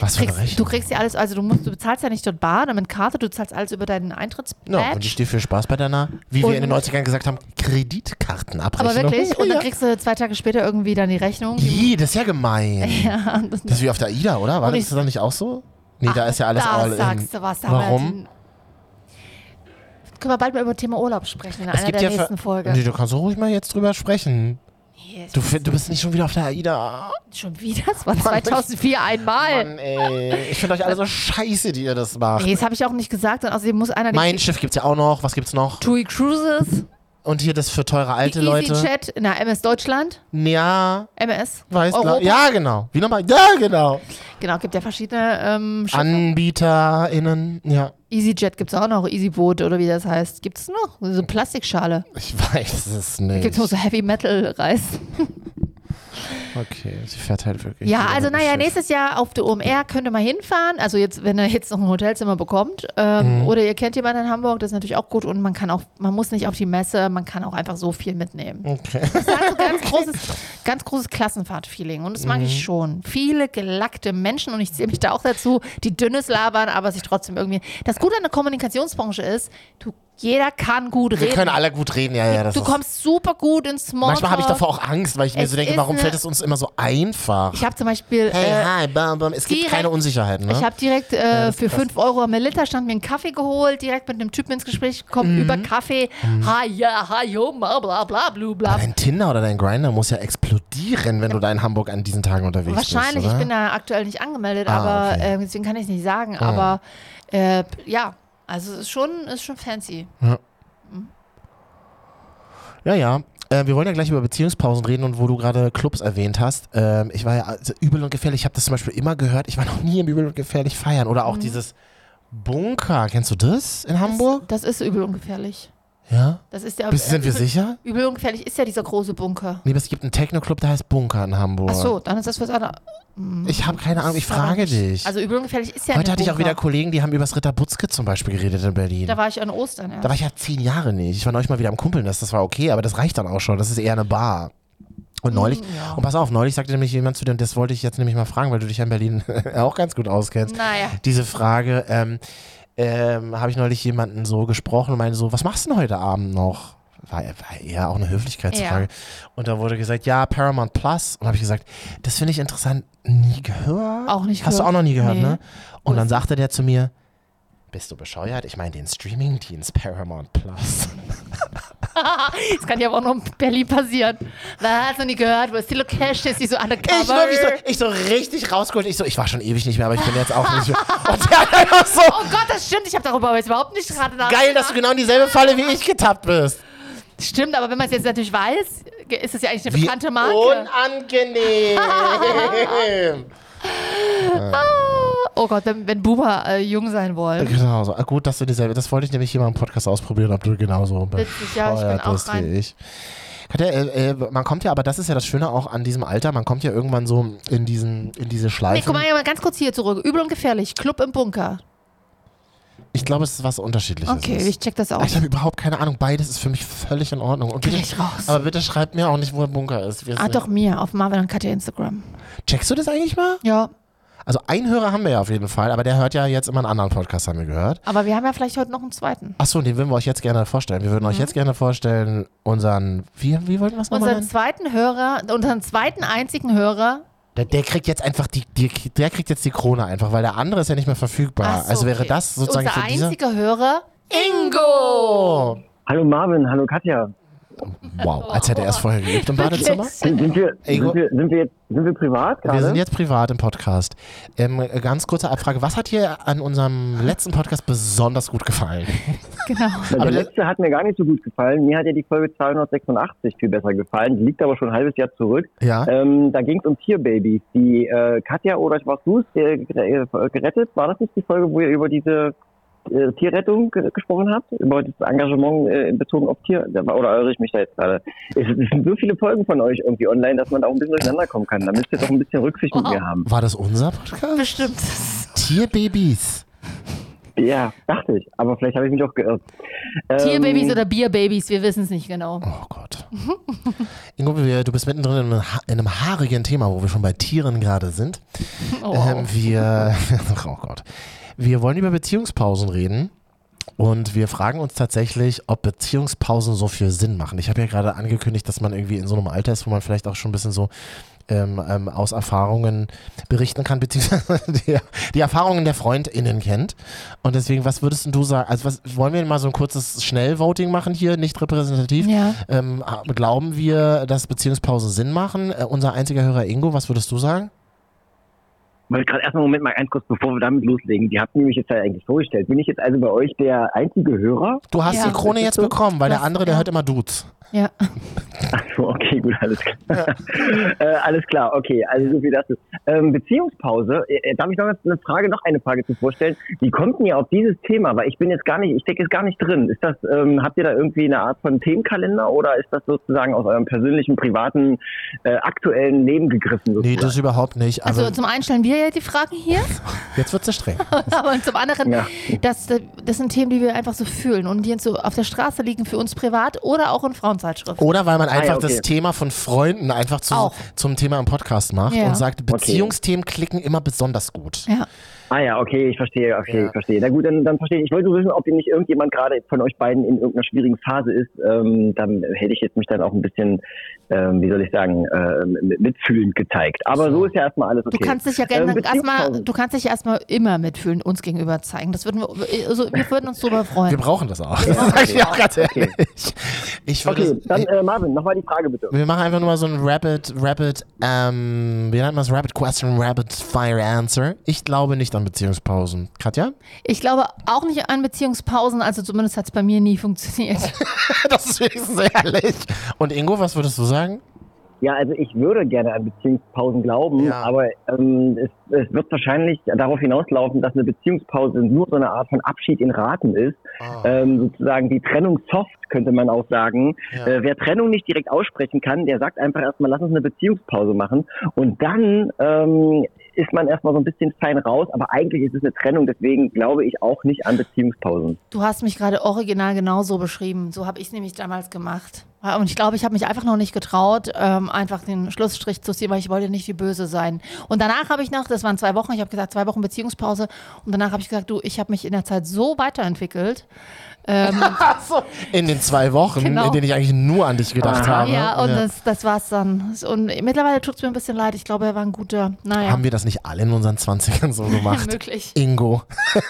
Speaker 1: Was für eine
Speaker 2: Kriegst, du
Speaker 1: Rechnung.
Speaker 2: kriegst ja alles, also du musst, du bezahlst ja nicht dort bar, damit Karte, du zahlst alles über deinen
Speaker 1: Ja, und ich
Speaker 2: Eintrittsbadge.
Speaker 1: stehe für Spaß bei deiner, wie wir in den
Speaker 2: Und-
Speaker 1: 90ern gesagt haben, Kreditkartenabrechnung.
Speaker 2: aber wirklich, und dann
Speaker 1: Oh, Ja.
Speaker 2: kriegst du zwei Tage später irgendwie dann die Rechnung.
Speaker 1: Ih, das ist ja gemein.
Speaker 2: Ja, das
Speaker 1: Das ist wie auf der AIDA, oder? War
Speaker 2: Und
Speaker 1: das,
Speaker 2: ich-
Speaker 1: ist das nicht auch so? Nee, da ist ja alles
Speaker 2: da
Speaker 1: all in.
Speaker 2: sagst du was. Da haben wir
Speaker 1: Warum?
Speaker 2: den- Können wir bald mal über Thema Urlaub sprechen in einer der
Speaker 1: ja
Speaker 2: nächsten
Speaker 1: Ver-
Speaker 2: Folge.
Speaker 1: Nee, du kannst doch ruhig mal jetzt drüber sprechen.
Speaker 2: Nee,
Speaker 1: Du, fi- du bist nicht schon wieder auf der AIDA.
Speaker 2: schon wieder? Das war 2004 einmal.
Speaker 1: Mann, ey. Ich finde euch alle so scheiße, die ihr das macht.
Speaker 2: Nee, das habe ich auch nicht gesagt. Und außerdem muss einer
Speaker 1: Mein
Speaker 2: die
Speaker 1: Schiff gibt's ja auch noch. Was gibt's noch?
Speaker 2: TUI Cruises,
Speaker 1: Und hier das für teure
Speaker 2: die
Speaker 1: alte Leute.
Speaker 2: EasyJet, na, MS Deutschland,
Speaker 1: Ja,
Speaker 2: MS,
Speaker 1: weiß
Speaker 2: Europa.
Speaker 1: klar. Ja, genau. Wie nochmal? Ja, genau.
Speaker 2: Genau, gibt ja verschiedene ähm, Schiffe.
Speaker 1: AnbieterInnen. Ja.
Speaker 2: EasyJet gibt es auch noch, EasyBoot oder wie das heißt. Gibt es noch? So
Speaker 1: Mhm.
Speaker 2: eine Plastikschale.
Speaker 1: Ich weiß es
Speaker 2: Gibt
Speaker 1: nicht.
Speaker 2: es nur so Heavy Metal-Reis.
Speaker 1: Okay, sie fährt halt wirklich.
Speaker 2: Ja,
Speaker 1: über
Speaker 2: also
Speaker 1: das
Speaker 2: naja,
Speaker 1: Schiff.
Speaker 2: nächstes Jahr auf der OMR könnt ihr mal hinfahren. Also jetzt, wenn ihr jetzt noch ein Hotelzimmer bekommt. Ähm,
Speaker 1: Mhm.
Speaker 2: Oder ihr kennt jemanden in Hamburg, das ist natürlich auch gut. Und man kann auch, man muss nicht auf die Messe, man kann auch einfach so viel mitnehmen.
Speaker 1: Okay. Mhm.
Speaker 2: Das ist also ganz großes, ganz großes Klassenfahrtfeeling. Und das mag ich schon. Viele gelackte Menschen und ich zähle mich da auch dazu, die dünnes labern, aber sich trotzdem irgendwie. Das Gute an der Kommunikationsbranche ist, du, jeder kann gut
Speaker 1: Wir können
Speaker 2: reden.
Speaker 1: alle gut reden, ja, ja. Das
Speaker 2: Du
Speaker 1: ist
Speaker 2: kommst super gut ins Smalltalk.
Speaker 1: Manchmal habe ich davor auch Angst, weil ich mir
Speaker 2: Es
Speaker 1: so denke,
Speaker 2: ist
Speaker 1: warum
Speaker 2: eine-
Speaker 1: fällt es uns immer so einfach?
Speaker 2: Ich habe zum Beispiel. äh,
Speaker 1: hey, hi, bam, bam. Es gibt
Speaker 2: direkt-
Speaker 1: keine Unsicherheiten,
Speaker 2: Ich
Speaker 1: ne?
Speaker 2: habe direkt äh, für 5 Euro am Literstand mir einen Kaffee geholt, direkt mit einem Typen ins Gespräch
Speaker 1: Mhm.
Speaker 2: gekommen über Kaffee. Ha, ja, ha, jo, bla, bla, bla, blu, bla.
Speaker 1: Dein Tinder oder dein Grinder muss ja explodieren, wenn du da in Hamburg an diesen Tagen unterwegs
Speaker 2: Wahrscheinlich,
Speaker 1: bist.
Speaker 2: ich
Speaker 1: Oder?
Speaker 2: bin da aktuell nicht angemeldet,
Speaker 1: Ah,
Speaker 2: aber
Speaker 1: okay.
Speaker 2: äh, deswegen kann ich nicht sagen. Aber äh, ja, also es ist schon, ist schon fancy.
Speaker 1: Ja, ja. Äh, wir wollen ja gleich über Beziehungspausen reden und wo du gerade Clubs erwähnt hast. Ähm, ich war ja also, übel und gefährlich. Ich habe das zum Beispiel immer gehört. Ich war noch nie im übel und gefährlich feiern. Oder auch dieses Bunker. Kennst du das in Hamburg?
Speaker 2: Mhm. Das, das ist übel ungefährlich.
Speaker 1: ja.
Speaker 2: Das ist der.
Speaker 1: Bist, sind wir
Speaker 2: übel,
Speaker 1: sicher?
Speaker 2: Übel ungefährlich ist ja dieser große Bunker.
Speaker 1: Nee, aber es gibt einen Techno-Club, der heißt Bunker in Hamburg.
Speaker 2: Ach so, dann ist das was anderes.
Speaker 1: Ich habe keine Ahnung. Ich
Speaker 2: Verdammt.
Speaker 1: frage dich.
Speaker 2: Also übel ungefährlich ist ja
Speaker 1: Heute
Speaker 2: ein
Speaker 1: hatte ich auch
Speaker 2: Bunker.
Speaker 1: wieder Kollegen, die haben über das Ritter Butzke zum Beispiel geredet in Berlin.
Speaker 2: Da war ich an Ostern, ja.
Speaker 1: Da war ich ja zehn Jahre nicht. Ich war neulich mal wieder am Kumpeln, das, das war okay, aber das reicht dann auch schon. Das ist eher eine Bar. Und neulich, und pass auf, neulich sagte nämlich jemand zu dir, und das wollte ich jetzt nämlich mal fragen, weil du dich ja in Berlin auch ganz gut auskennst.
Speaker 2: Naja.
Speaker 1: Diese Frage, ähm, ähm, habe ich neulich jemanden so gesprochen und meinte so, was machst du denn heute Abend noch? War, war eher auch eine Höflichkeitsfrage. Und da wurde gesagt, ja, Paramount Plus. Und habe ich gesagt, das finde ich interessant, nie gehört.
Speaker 2: Auch nicht
Speaker 1: Hast du auch
Speaker 2: gehört.
Speaker 1: noch nie gehört,
Speaker 2: Nee.
Speaker 1: ne? Und dann sagte der zu mir, bist du bescheuert? Ich meine den Streamingdienst Paramount Plus.
Speaker 2: Das kann ja aber auch noch in Berlin passieren. Was? Noch nie gehört? Wo ist die Location? Ist die so undercover?
Speaker 1: Ich wirklich so, ich so richtig rausgeholt. Ich so, ich war schon ewig nicht mehr, aber ich bin jetzt auch nicht mehr. Und der hat einfach so,
Speaker 2: Oh Gott, das stimmt. Ich habe darüber aber jetzt überhaupt nicht gerade nach.
Speaker 1: geil, dass du genau in dieselbe Falle wie ich getappt bist.
Speaker 2: Stimmt, aber wenn man es jetzt natürlich weiß, ge- ist es ja eigentlich eine
Speaker 1: Wie
Speaker 2: bekannte Marke.
Speaker 1: unangenehm.
Speaker 2: oh Gott, wenn, wenn Buber äh, jung sein wollen.
Speaker 1: genau so. Ah, Gut, dass du dieselbe, das wollte ich nämlich hier mal im Podcast ausprobieren, ob du genauso
Speaker 2: Witzig, ja, ich bin
Speaker 1: bescheuert
Speaker 2: auch
Speaker 1: bist wie
Speaker 2: rein.
Speaker 1: ich. Katja, äh, äh, man kommt ja, aber das ist ja das Schöne auch an diesem Alter, man kommt ja irgendwann so in, diesen, in diese
Speaker 2: Nee,
Speaker 1: Schleife.
Speaker 2: guck mal hier mal ganz kurz hier zurück. Übel und gefährlich. Club im Bunker.
Speaker 1: ich glaube, es ist was Unterschiedliches.
Speaker 2: Okay, ich check das
Speaker 1: Ich
Speaker 2: aus.
Speaker 1: habe überhaupt keine Ahnung. Beides ist für mich völlig in Ordnung. Und bitte,
Speaker 2: Gleich raus.
Speaker 1: Aber bitte schreibt mir auch nicht, wo der Bunker ist. Wir
Speaker 2: Ah,
Speaker 1: sind-
Speaker 2: doch, mir. Auf Marvin und Katja Instagram.
Speaker 1: Checkst du das eigentlich mal?
Speaker 2: Ja.
Speaker 1: Also einen Hörer haben wir ja auf jeden Fall, aber der hört ja jetzt immer einen anderen Podcast, haben wir gehört.
Speaker 2: Aber wir haben ja vielleicht heute noch einen zweiten.
Speaker 1: Achso, den würden wir euch jetzt gerne vorstellen. Wir würden euch jetzt gerne vorstellen, unseren, wie, wie wollten wir es nochmal
Speaker 2: Mhm. Unseren
Speaker 1: nennen?
Speaker 2: zweiten Hörer, unseren zweiten einzigen Hörer.
Speaker 1: Der, der kriegt jetzt einfach die, die, der kriegt jetzt die Krone einfach, weil der andere ist ja nicht mehr verfügbar.
Speaker 2: Ach so,
Speaker 1: also wäre
Speaker 2: okay.
Speaker 1: das sozusagen
Speaker 2: Unser
Speaker 1: für diese...
Speaker 2: einziger Hörer, Ingo.
Speaker 1: Oh,
Speaker 3: Hallo Marvin, hallo Katja.
Speaker 1: Wow, als hätte er es vorher geübt im Badezimmer.
Speaker 3: Sind, sind, wir,
Speaker 1: Ego.
Speaker 3: sind, wir, sind, wir, jetzt- sind wir privat gerade?
Speaker 1: Wir sind jetzt privat im Podcast. Ähm, ganz kurze Abfrage. Was hat dir an unserem letzten Podcast besonders gut gefallen?
Speaker 2: Genau.
Speaker 3: Na,
Speaker 1: aber
Speaker 3: der
Speaker 1: das-
Speaker 3: letzte hat mir gar nicht so gut gefallen. Mir hat ja die Folge 286 viel besser gefallen. Die liegt aber schon ein halbes Jahr zurück.
Speaker 1: Ja.
Speaker 3: Ähm, da ging es um Tierbabys. Die äh, Katja oder ich war du's, äh, gere- äh, gerettet. War das nicht die Folge, wo ihr über diese äh, Tierrettung ge- gesprochen habt? Über das Engagement äh, bezogen auf Tier? Oder irre ich mich da jetzt gerade? Es, es sind so viele Folgen von euch irgendwie online, dass man da auch ein bisschen durcheinander kommen kann. Da müsst ihr doch ein bisschen Rücksicht mit mir haben.
Speaker 1: War das unser Podcast?
Speaker 2: Bestimmt.
Speaker 1: Tierbabys.
Speaker 3: Ja, dachte ich. Aber vielleicht habe ich mich auch geirrt. Ähm,
Speaker 2: Tierbabys oder Bierbabys, wir wissen es nicht genau.
Speaker 1: Oh Gott. Ingo, wir, du bist mittendrin in einem, ha- in einem haarigen Thema, wo wir schon bei Tieren gerade sind.
Speaker 2: Oh,
Speaker 1: Ähm, wir, oh Gott. Wir wollen über Beziehungspausen reden. Und wir fragen uns tatsächlich, ob Beziehungspausen so viel Sinn machen. Ich habe ja gerade angekündigt, dass man irgendwie in so einem Alter ist, wo man vielleicht auch schon ein bisschen so ähm, ähm, aus Erfahrungen berichten kann, beziehungsweise die, die Erfahrungen der FreundInnen kennt. Und deswegen, was würdest denn du sagen? Also, was wollen wir mal so ein kurzes Schnellvoting machen hier, nicht repräsentativ?
Speaker 2: Ja.
Speaker 1: Ähm, ha- glauben wir, dass Beziehungspausen Sinn machen? Äh, unser einziger Hörer Ingo, was würdest du sagen?
Speaker 3: wollte gerade erstmal einen Moment mal ganz kurz, bevor wir damit loslegen. Die habt ihr mich jetzt ja eigentlich vorgestellt. Bin ich jetzt also bei euch der einzige Hörer?
Speaker 1: Du hast
Speaker 2: Ja.
Speaker 1: die Krone jetzt bekommen, weil der
Speaker 2: Das-
Speaker 1: andere, der
Speaker 2: ja.
Speaker 1: hört immer Dudes.
Speaker 2: ja.
Speaker 3: Achso, Also, okay, gut, alles klar. äh, alles klar, okay, also so viel das ist. Ähm, Beziehungspause, äh, darf ich noch eine Frage, noch eine Frage zu vorstellen? Wie kommt denn ihr auf dieses Thema? Weil ich bin jetzt gar nicht, ich stecke jetzt gar nicht drin. Ist das, ähm, habt ihr da irgendwie eine Art von Themenkalender oder ist das sozusagen aus eurem persönlichen, privaten, äh, aktuellen Leben gegriffen?
Speaker 1: Nee,
Speaker 3: sozusagen?
Speaker 1: das überhaupt nicht.
Speaker 2: Also
Speaker 1: Also,
Speaker 2: zum einen stellen wir ja die Fragen hier,
Speaker 1: jetzt wird's ja streng.
Speaker 2: aber zum anderen,
Speaker 3: Ja.
Speaker 2: das, das sind Themen, die wir einfach so fühlen und die uns so auf der Straße liegen für uns privat oder auch in Frauenzeitschriften.
Speaker 1: Oder weil man
Speaker 3: ja,
Speaker 1: einfach das
Speaker 3: okay.
Speaker 1: Thema von Freunden einfach zu,
Speaker 2: Auch.
Speaker 1: zum Thema im Podcast macht
Speaker 2: Ja.
Speaker 1: und sagt, Beziehungsthemen klicken immer besonders gut.
Speaker 2: Ja.
Speaker 3: Ah ja, okay, ich verstehe, okay,
Speaker 1: Ja.
Speaker 3: ich verstehe. Na gut, dann, dann verstehe ich. Ich wollte wissen, ob nicht irgendjemand gerade von euch beiden in irgendeiner schwierigen Phase ist. Ähm, dann hätte ich jetzt mich dann auch ein bisschen, ähm, wie soll ich sagen, ähm, mit- mitfühlend gezeigt. Aber so ist ja erstmal alles okay.
Speaker 2: Du kannst dich ja
Speaker 3: Ähm,
Speaker 2: gerne erstmal,
Speaker 3: Beziehungspausen.
Speaker 2: du kannst dich erstmal immer mitfühlen, uns gegenüber zeigen. Das würden wir, also wir würden uns darüber
Speaker 1: Wir
Speaker 2: freuen.
Speaker 1: brauchen das auch. Das sag ich dir auch ganz ehrlich. Ich würde,
Speaker 3: Okay, dann äh, Marvin, nochmal die Frage bitte.
Speaker 1: wir machen einfach nur mal so ein Rapid, Rapid, ähm, wie nennt man es? Rapid Question, Rapid Fire Answer. Ich glaube nicht an Beziehungspausen. Katja?
Speaker 2: Ich glaube auch nicht an Beziehungspausen, also zumindest hat es bei mir nie funktioniert.
Speaker 1: Das ist wenigstens ehrlich. Und Ingo, was würdest du sagen?
Speaker 3: Ja, also ich würde gerne an Beziehungspausen glauben,
Speaker 1: Ja.
Speaker 3: aber ähm, es, es wird wahrscheinlich darauf hinauslaufen, dass eine Beziehungspause nur so eine Art von Abschied in Raten ist.
Speaker 1: Ah.
Speaker 3: Ähm, sozusagen die Trennung soft, könnte man auch sagen.
Speaker 1: Ja.
Speaker 3: Äh, wer Trennung nicht direkt aussprechen kann, der sagt einfach erstmal, lass uns eine Beziehungspause machen. Und dann ähm, ist man erstmal so ein bisschen fein raus, aber eigentlich ist es eine Trennung, deswegen glaube ich auch nicht an Beziehungspausen.
Speaker 2: Du hast mich gerade original genauso beschrieben. So habe ich es nämlich damals gemacht. Und ich glaube, ich habe mich einfach noch nicht getraut, ähm, einfach den Schlussstrich zu ziehen, weil ich wollte nicht die Böse sein. Und danach habe ich noch, das waren zwei Wochen, ich habe gesagt, zwei Wochen Beziehungspause. Und danach habe ich gesagt, du, ich habe mich in der Zeit so weiterentwickelt.
Speaker 1: In den zwei Wochen,
Speaker 2: Genau.
Speaker 1: in denen ich eigentlich nur an dich gedacht
Speaker 3: Aha.
Speaker 1: habe.
Speaker 2: ja, und das, das war's dann. Und mittlerweile tut es mir ein bisschen leid. Ich glaube, er war ein guter, naja,
Speaker 1: Haben wir das nicht alle in unseren 20ern so gemacht?
Speaker 2: möglich.
Speaker 1: Ingo.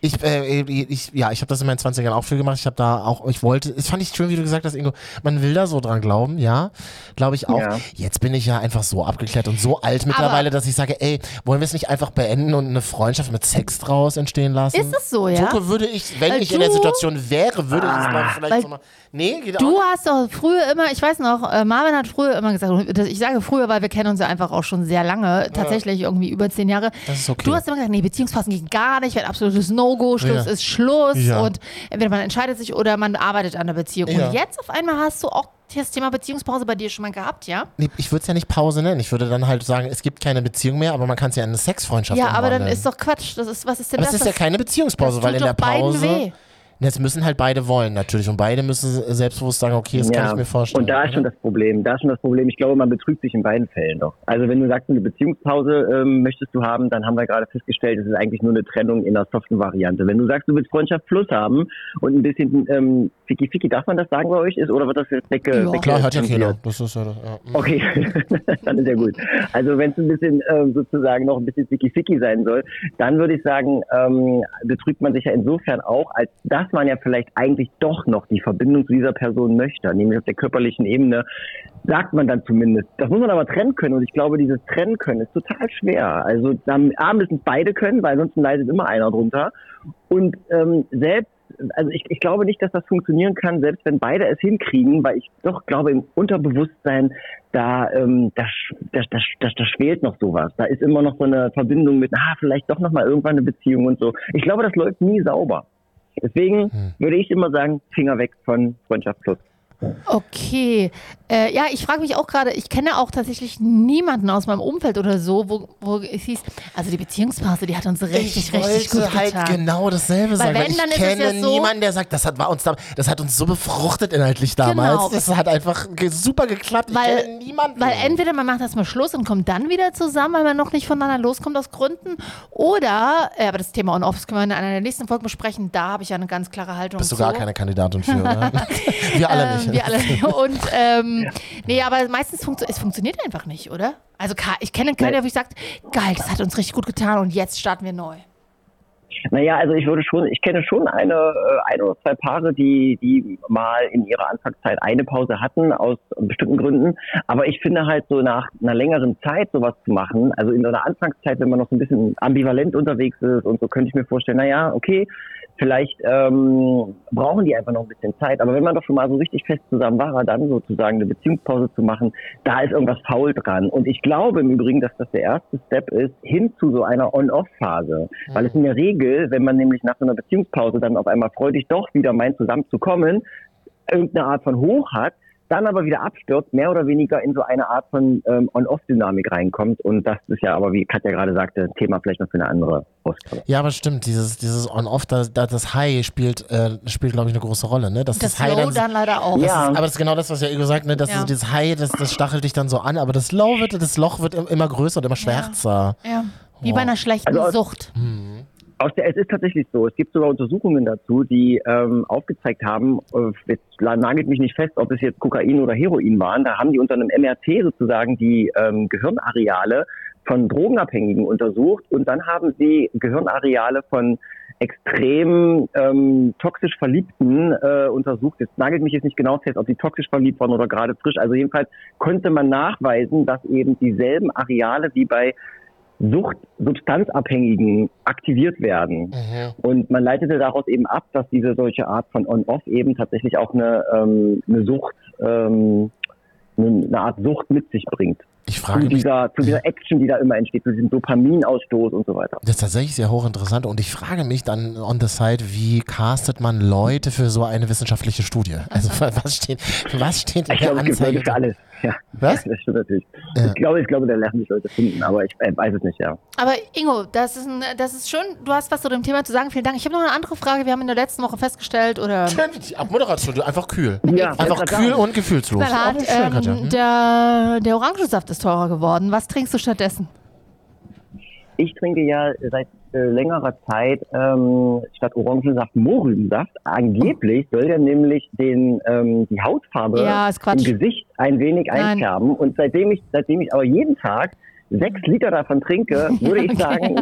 Speaker 1: ich, äh, ich, ja, ich habe das in meinen 20ern auch viel gemacht. Ich habe da auch, ich wollte, es fand ich schön, wie du gesagt hast, Ingo, man will da so dran glauben, ja, glaube ich auch.
Speaker 3: Ja.
Speaker 1: Jetzt bin ich ja einfach so abgeklärt und so alt mittlerweile, dass ich sage, ey, wollen wir es nicht einfach beenden und eine Freundschaft mit Sex draus entstehen lassen?
Speaker 2: Ist es so, ja?
Speaker 1: So würde ich, wenn
Speaker 2: Weil
Speaker 1: ich in der
Speaker 2: du-
Speaker 1: Situation wäre, würde ich es mal
Speaker 2: Weil
Speaker 1: vielleicht so mal. Nee, geht
Speaker 2: Du
Speaker 1: auch.
Speaker 2: hast doch früher immer, ich weiß noch, äh, Marvin hat früher immer gesagt, und das- ich sage früher, weil wir kennen uns ja einfach auch schon sehr lange, tatsächlich irgendwie über zehn Jahre.
Speaker 1: Das ist okay.
Speaker 2: Du hast immer gesagt, nee, Beziehungsphasen gehen gar nicht, wäre ein absolutes No-Go, Schluss
Speaker 1: Ja.
Speaker 2: ist Schluss
Speaker 1: Ja.
Speaker 2: und entweder man entscheidet sich oder man arbeitet an einer Beziehung.
Speaker 1: Ja.
Speaker 2: Und jetzt auf einmal hast du auch das Thema Beziehungspause bei dir schon mal gehabt, ja?
Speaker 1: Nee, ich würde es ja nicht Pause nennen. Ich würde dann halt sagen, es gibt keine Beziehung mehr, aber man kann es ja in eine Sexfreundschaft
Speaker 2: Ja, aber dann
Speaker 1: umwandeln.
Speaker 2: ist doch Quatsch. Das ist, was ist denn
Speaker 1: Aber es ist
Speaker 2: das?
Speaker 1: ja keine Beziehungspause,
Speaker 2: das
Speaker 1: weil
Speaker 2: tut
Speaker 1: in der
Speaker 2: doch beiden
Speaker 1: Pause.
Speaker 2: weh.
Speaker 1: Jetzt müssen halt beide wollen, natürlich. Und beide müssen selbstbewusst sagen, okay, das kann ich mir vorstellen.
Speaker 3: Und da ist schon das Problem. Da ist schon das Problem. Ich glaube, man betrügt sich in beiden Fällen doch. Also wenn du sagst, eine Beziehungspause ähm, möchtest du haben, dann haben wir gerade festgestellt, es ist eigentlich nur eine Trennung in der soften Variante. Wenn du sagst, du willst Freundschaft plus haben und ein bisschen ähm, Fiki Fiki, darf man das sagen bei euch ist oder wird das jetzt wegge
Speaker 2: Ja.
Speaker 3: wegge-
Speaker 1: Klar, hört ja keiner. Das ist ja, ja. Mhm.
Speaker 3: Okay, dann ist ja gut. Also wenn es ein bisschen ähm, sozusagen noch ein bisschen ficky ficky sein soll, dann würde ich sagen, ähm, betrügt man sich ja insofern auch, als dass man ja vielleicht eigentlich doch noch die Verbindung zu dieser Person möchte, nämlich auf der körperlichen Ebene, sagt man dann zumindest. Das muss man aber trennen können und ich glaube, dieses Trennen können ist total schwer. Also am Abend müssen es beide können, weil sonst leidet immer einer drunter. Und ähm, selbst also ich, ich glaube nicht, dass das funktionieren kann, selbst wenn beide es hinkriegen, weil ich doch glaube, im Unterbewusstsein, da, ähm, da, sch- da, da, da, da schwelt noch sowas. Da ist immer noch so eine Verbindung mit, ah, vielleicht doch nochmal irgendwann eine Beziehung und so. Ich glaube, das läuft nie sauber. Deswegen würde ich immer sagen, Finger weg von Freundschaft Plus.
Speaker 2: Okay. Äh, ja, ich frage mich auch gerade, ich kenne auch tatsächlich niemanden aus meinem Umfeld oder so, wo, wo es hieß, also die Beziehungspause, die hat uns richtig,
Speaker 1: ich
Speaker 2: richtig gut
Speaker 1: wollte halt
Speaker 2: getan.
Speaker 1: genau dasselbe sagen, weil
Speaker 2: wenn,
Speaker 1: ich
Speaker 2: dann ist es
Speaker 1: kenne
Speaker 2: ja so-
Speaker 1: niemanden, der sagt, das hat, war uns da, das hat uns so befruchtet inhaltlich damals.
Speaker 2: Genau.
Speaker 1: Das hat einfach ge- super geklappt. Ich
Speaker 2: Weil-
Speaker 1: kenne niemanden.
Speaker 2: Weil entweder man macht erstmal Schluss und kommt dann wieder zusammen, weil man noch nicht voneinander loskommt aus Gründen. Oder, äh, aber das Thema On-Offs können wir in einer der nächsten Folgen besprechen, da habe ich ja eine ganz klare Haltung.
Speaker 1: Bist du gar
Speaker 2: zu.
Speaker 1: keine Kandidatin für, oder? wir alle nicht.
Speaker 2: Ähm, wir alle nicht. Und ähm, nee, aber meistens funktio es funktioniert einfach nicht, oder? Also ka- ich kenne keinen, der wirklich sagt, geil, das hat uns richtig gut getan und jetzt starten wir neu.
Speaker 3: Naja, also ich würde schon, ich kenne schon eine, äh, ein oder zwei Paare, die, die mal in ihrer Anfangszeit eine Pause hatten, aus bestimmten Gründen. Aber ich finde halt so nach einer längeren Zeit sowas zu machen, also in so einer Anfangszeit, wenn man noch so ein bisschen ambivalent unterwegs ist und so, könnte ich mir vorstellen, naja, okay, vielleicht ähm, brauchen die einfach noch ein bisschen Zeit. Aber wenn man doch schon mal so richtig fest zusammen war, dann sozusagen eine Beziehungspause zu machen, da ist irgendwas faul dran. Und ich glaube im Übrigen, dass das der erste Step ist, hin zu so einer On-Off-Phase. Weil es in der Regel, wenn man nämlich nach so einer Beziehungspause dann auf einmal freudig doch wieder meint, zusammenzukommen, irgendeine Art von Hoch hat, dann aber wieder abstürzt, mehr oder weniger in so eine Art von ähm, On-Off-Dynamik reinkommt. Und das ist ja aber, wie Katja gerade sagte, Thema vielleicht noch für eine andere Ausgabe.
Speaker 1: Ja, aber stimmt, dieses, dieses On-Off, da, da, das High spielt, äh, spielt glaube ich, eine große Rolle, ne? Dass
Speaker 2: Das,
Speaker 1: das High
Speaker 2: Low
Speaker 1: dann,
Speaker 2: dann leider auch.
Speaker 3: Ja.
Speaker 1: Aber das ist genau das, was ja Ego sagt, ne? Dass
Speaker 2: Ja.
Speaker 1: so dieses High, das, das stachelt dich dann so an, aber das Low wird, das Loch wird im- immer größer und immer schwärzer.
Speaker 2: Ja.
Speaker 1: Wow.
Speaker 2: Wie
Speaker 1: äh,
Speaker 2: bei einer schlechten
Speaker 3: Also-
Speaker 2: Sucht.
Speaker 3: Aus der, es ist tatsächlich so. Es gibt sogar Untersuchungen dazu, die ähm, aufgezeigt haben, äh, jetzt la- nagelt mich nicht fest, ob es jetzt Kokain oder Heroin waren. Da haben die unter einem MRT sozusagen die ähm, Gehirnareale von Drogenabhängigen untersucht und dann haben sie Gehirnareale von extrem ähm, toxisch Verliebten äh, untersucht. Jetzt nagelt mich jetzt nicht genau fest, ob die toxisch verliebt waren oder gerade frisch. Also jedenfalls konnte man nachweisen, dass eben dieselben Areale wie bei Sucht, Substanzabhängigen aktiviert werden. Und man leitete daraus eben ab, dass diese solche Art von On-Off eben tatsächlich auch eine, ähm, eine Sucht, ähm, eine, eine Art Sucht mit sich bringt.
Speaker 1: Ich
Speaker 3: Zu
Speaker 1: frage mich,
Speaker 3: dieser, zu dieser Action, die da immer entsteht, zu diesem Dopaminausstoß und so weiter.
Speaker 1: Das ist tatsächlich sehr hochinteressant und ich frage mich dann on the side, wie castet man Leute für so eine wissenschaftliche Studie? Also
Speaker 2: Mhm.
Speaker 1: was steht, was steht in
Speaker 3: Ich
Speaker 1: der
Speaker 3: glaube, es gibt Leute
Speaker 1: Anzeige?
Speaker 3: für alles. Ja,
Speaker 1: Was?
Speaker 3: das stimmt natürlich.
Speaker 1: Ja.
Speaker 3: Ich glaube, ich glaube, da lassen sich Leute finden, aber ich äh, weiß es nicht, ja.
Speaker 2: Aber Ingo, das ist, ein, das ist schön. Du hast was zu dem Thema zu sagen. Vielen Dank. Ich habe noch eine andere Frage. Wir haben in der letzten Woche festgestellt, oder
Speaker 1: Natürlich, Abmoderation, du, einfach kühl.
Speaker 3: Ja,
Speaker 1: Einfach
Speaker 3: wollte gerade
Speaker 1: kühl
Speaker 3: sagen.
Speaker 1: und gefühlslos.
Speaker 2: knallhart,
Speaker 1: Aber schön, Katja.
Speaker 2: ähm,
Speaker 1: Hm?
Speaker 2: der, der Orangensaft ist teurer geworden. Was trinkst du stattdessen?
Speaker 3: Ich trinke ja seit äh, längerer Zeit ähm, statt Orangensaft Mohrrübensaft. Angeblich soll der nämlich den, ähm, die Hautfarbe
Speaker 2: Ja, ist
Speaker 3: im
Speaker 2: Quatsch.
Speaker 3: Gesicht ein wenig
Speaker 2: Nein.
Speaker 3: einfärben. Und seitdem ich, seitdem ich aber jeden Tag sechs Liter davon trinke, würde ich sagen,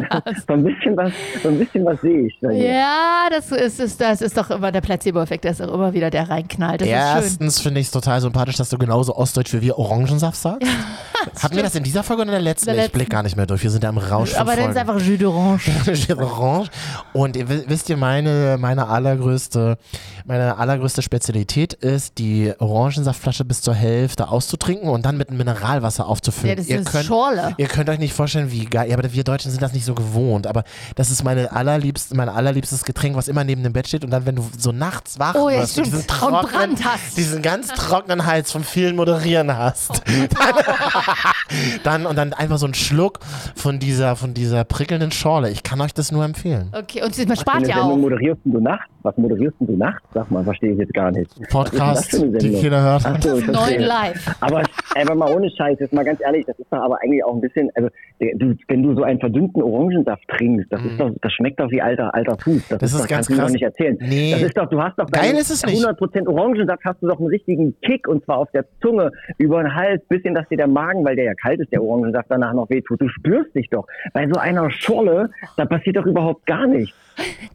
Speaker 3: so ein bisschen was, so ein bisschen was sehe ich.
Speaker 1: Oh.
Speaker 2: Ja, das ist, ist, das ist doch immer der Placebo-Effekt, dass auch immer wieder der reinknallt. Das ist schön.
Speaker 1: Erstens finde ich es total sympathisch, dass du genauso ostdeutsch wie wir Orangensaft sagst. Hatten wir das in dieser Folge oder in der letzten?
Speaker 2: In der
Speaker 1: ich blick gar nicht mehr durch. Wir sind da im Rausch. von
Speaker 2: Aber dann ist
Speaker 1: Folgen.
Speaker 2: einfach Jus d'Orange.
Speaker 1: Jus Orange. Und ihr wi- wisst ihr, meine, meine allergrößte, meine allergrößte Spezialität ist, die Orangensaftflasche bis zur Hälfte auszutrinken und dann mit Mineralwasser aufzufüllen.
Speaker 2: Ja, das
Speaker 1: ihr
Speaker 2: ist
Speaker 1: könnt,
Speaker 2: Schorle.
Speaker 1: Ihr könnt euch nicht vorstellen, wie geil. Ja, aber wir Deutschen sind das nicht so gewohnt. Aber das ist meine allerliebst, mein allerliebstes Getränk, was immer neben dem Bett steht. Und dann, wenn du so nachts wach
Speaker 2: Oh, ja,
Speaker 1: wirst und
Speaker 2: stimmt.
Speaker 1: diesen
Speaker 2: Und
Speaker 1: trockenen,
Speaker 2: Brand hast.
Speaker 1: diesen ganz trockenen Hals vom vielen Moderieren hast.
Speaker 2: Oh.
Speaker 1: Dann und dann einfach so einen Schluck von dieser, von dieser prickelnden Schorle. Ich kann euch das nur empfehlen.
Speaker 2: Okay, und man
Speaker 3: Eine
Speaker 2: spart ja
Speaker 3: Sendung
Speaker 2: auch.
Speaker 3: moderierst du nachts? Was moderierst du nachts? Sag mal, verstehe ich jetzt gar nicht.
Speaker 1: Podcast,
Speaker 3: Was ist denn das für eine
Speaker 1: die
Speaker 3: Sendung?
Speaker 1: keiner hört.
Speaker 3: Ach so, ich
Speaker 2: Neun
Speaker 3: verstehe.
Speaker 2: live.
Speaker 3: Aber, aber mal ohne Scheiß, jetzt mal ganz ehrlich, das ist doch aber eigentlich auch ein bisschen, also der- du, wenn du so einen verdünnten Orangensaft trinkst, das ist doch, das schmeckt doch wie alter, alter Fuß. Das,
Speaker 1: Mhm. Das ist
Speaker 3: doch,
Speaker 1: ganz
Speaker 3: kannst du mir
Speaker 1: krass.
Speaker 3: doch nicht erzählen.
Speaker 1: Nee.
Speaker 3: Das ist doch, du hast doch bei
Speaker 1: Geil ist es nicht.
Speaker 3: 100% Orangensaft hast du doch einen richtigen Kick und zwar auf der Zunge, über den Hals, bis hin, dass dir der Magen, weil der ja der kalt ist, der Orangensaft danach noch wehtut. Du spürst dich doch. Bei so einer Schorle, da passiert doch überhaupt gar nichts.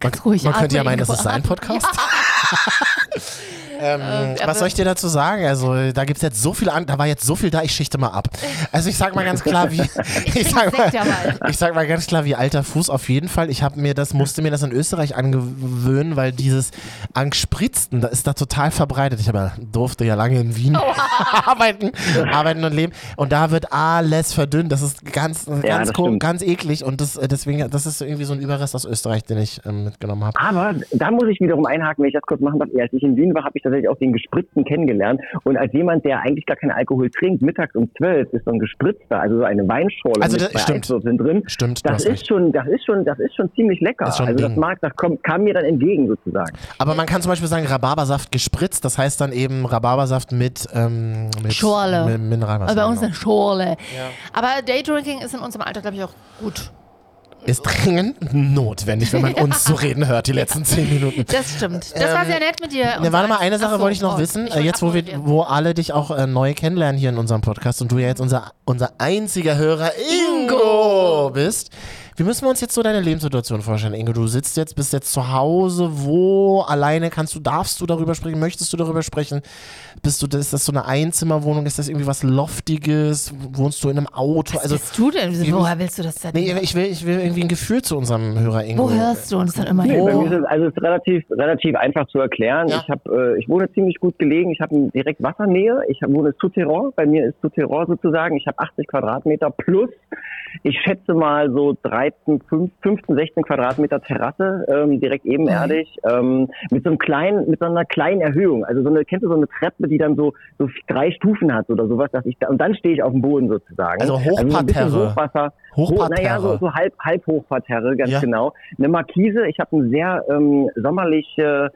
Speaker 2: Ganz ruhig.
Speaker 1: Man könnte ja
Speaker 2: atmen,
Speaker 1: meinen, das
Speaker 2: Ingo,
Speaker 1: ist sein
Speaker 2: atmen.
Speaker 1: Podcast. ähm,
Speaker 2: aber-
Speaker 1: was soll ich dir dazu sagen? Also, da gibt's jetzt so viel an, da war jetzt so viel da, ich schichte mal ab. Also, ich sag mal ganz klar, wie, ich,
Speaker 2: trinke
Speaker 1: sag
Speaker 2: Sekt dabei.
Speaker 1: mal, ich sag mal ganz klar, wie alter Fuß auf jeden Fall. Ich habe mir das, musste mir das in Österreich angewöhnen, weil dieses Angstspritzen, da ist da total verbreitet. Ich hab ja, durfte ja lange in Wien arbeiten, arbeiten und leben. Und da wird alles verdünnt. Das ist ganz, ganz,
Speaker 3: das
Speaker 1: ko-
Speaker 3: stimmt.
Speaker 1: ganz eklig. Und das, äh, deswegen, das ist irgendwie so ein Überrest aus Österreich, den ich ähm, mitgenommen habe.
Speaker 3: Aber da muss ich wiederum einhaken, wenn ich das kurz machen darf. Als ich in Wien war, habe ich tatsächlich auch den Gespritzten kennengelernt. Und als jemand, der eigentlich gar keinen Alkohol trinkt, mittags um zwölf ist so ein Gespritzter, also so eine Weinschorle
Speaker 1: Also
Speaker 3: mit
Speaker 1: das-
Speaker 3: zwei
Speaker 1: stimmt.
Speaker 3: Eiswürfeln drin.
Speaker 1: Stimmt, du
Speaker 3: Das
Speaker 1: hast
Speaker 3: ist
Speaker 1: recht.
Speaker 3: schon, das ist schon, das ist schon ziemlich lecker.
Speaker 1: Das ist schon ein
Speaker 3: also das
Speaker 1: Ding.
Speaker 3: mag, das kommt, kam mir dann entgegen sozusagen.
Speaker 1: Aber man kann zum Beispiel sagen, Rhabarbersaft gespritzt, das heißt dann eben Rhabarbersaft mit, ähm, mit
Speaker 2: Schorle.
Speaker 1: mit Mineralwasser.
Speaker 2: Aber bei uns
Speaker 1: genau.
Speaker 2: eine Schorle. Aber Daydrinking ist in unserem Alter, glaube ich, auch gut.
Speaker 1: genau. ist dringend notwendig, wenn man uns so reden hört, die letzten zehn Minuten.
Speaker 2: Das stimmt. Das war sehr nett mit dir.
Speaker 1: Ne, warte mal, eine Sache
Speaker 2: Ach so,
Speaker 1: wollte ich noch
Speaker 2: oh,
Speaker 1: wissen.
Speaker 2: ich
Speaker 1: äh, jetzt, wo, wir,
Speaker 2: abmoderieren.
Speaker 1: wo alle dich auch äh, neu kennenlernen hier in unserem Podcast und du ja jetzt unser, unser einziger Hörer Ingo bist. Wie müssen wir uns jetzt so deine Lebenssituation vorstellen, Ingo? Du sitzt jetzt, bist jetzt zu Hause, wo alleine kannst du, darfst du darüber sprechen, möchtest du darüber sprechen? Bist du, ist das so eine Einzimmerwohnung? Ist das irgendwie was Loftiges? Wohnst du in einem Auto?
Speaker 2: Was
Speaker 1: also,
Speaker 2: bist du denn? Woher willst du das denn?
Speaker 1: nee, ich will, ich will irgendwie ein Gefühl zu unserem Hörer Ingo.
Speaker 2: Wo hörst du uns dann immer?
Speaker 3: Nee,
Speaker 2: hin?
Speaker 3: bei mir ist es, also es ist relativ, relativ einfach zu erklären.
Speaker 1: Ja.
Speaker 3: Ich habe, äh, ich wohne ziemlich gut gelegen. Ich habe direkt Wassernähe. Ich hab, wohne Souterrain. Bei mir ist Souterrain sozusagen. Ich habe 80 Quadratmeter plus. Ich schätze mal so 13, 5, 15, 16 Quadratmeter Terrasse, ähm, direkt ebenerdig, ähm, mit so einem kleinen, mit so einer kleinen Erhöhung. Also so eine, kennst du so eine Treppe, die dann so, so drei Stufen hat oder sowas, dass ich da, und dann stehe ich auf dem Boden sozusagen.
Speaker 1: Also
Speaker 3: so ein bisschen
Speaker 1: Hochparterre.
Speaker 3: Hochwasser.
Speaker 1: Hochparterre.
Speaker 3: Naja, so, so halb, halb Hochparterre, ganz
Speaker 1: Ja.
Speaker 3: genau. Eine Markise, ich habe eine sehr ähm, sommerliche,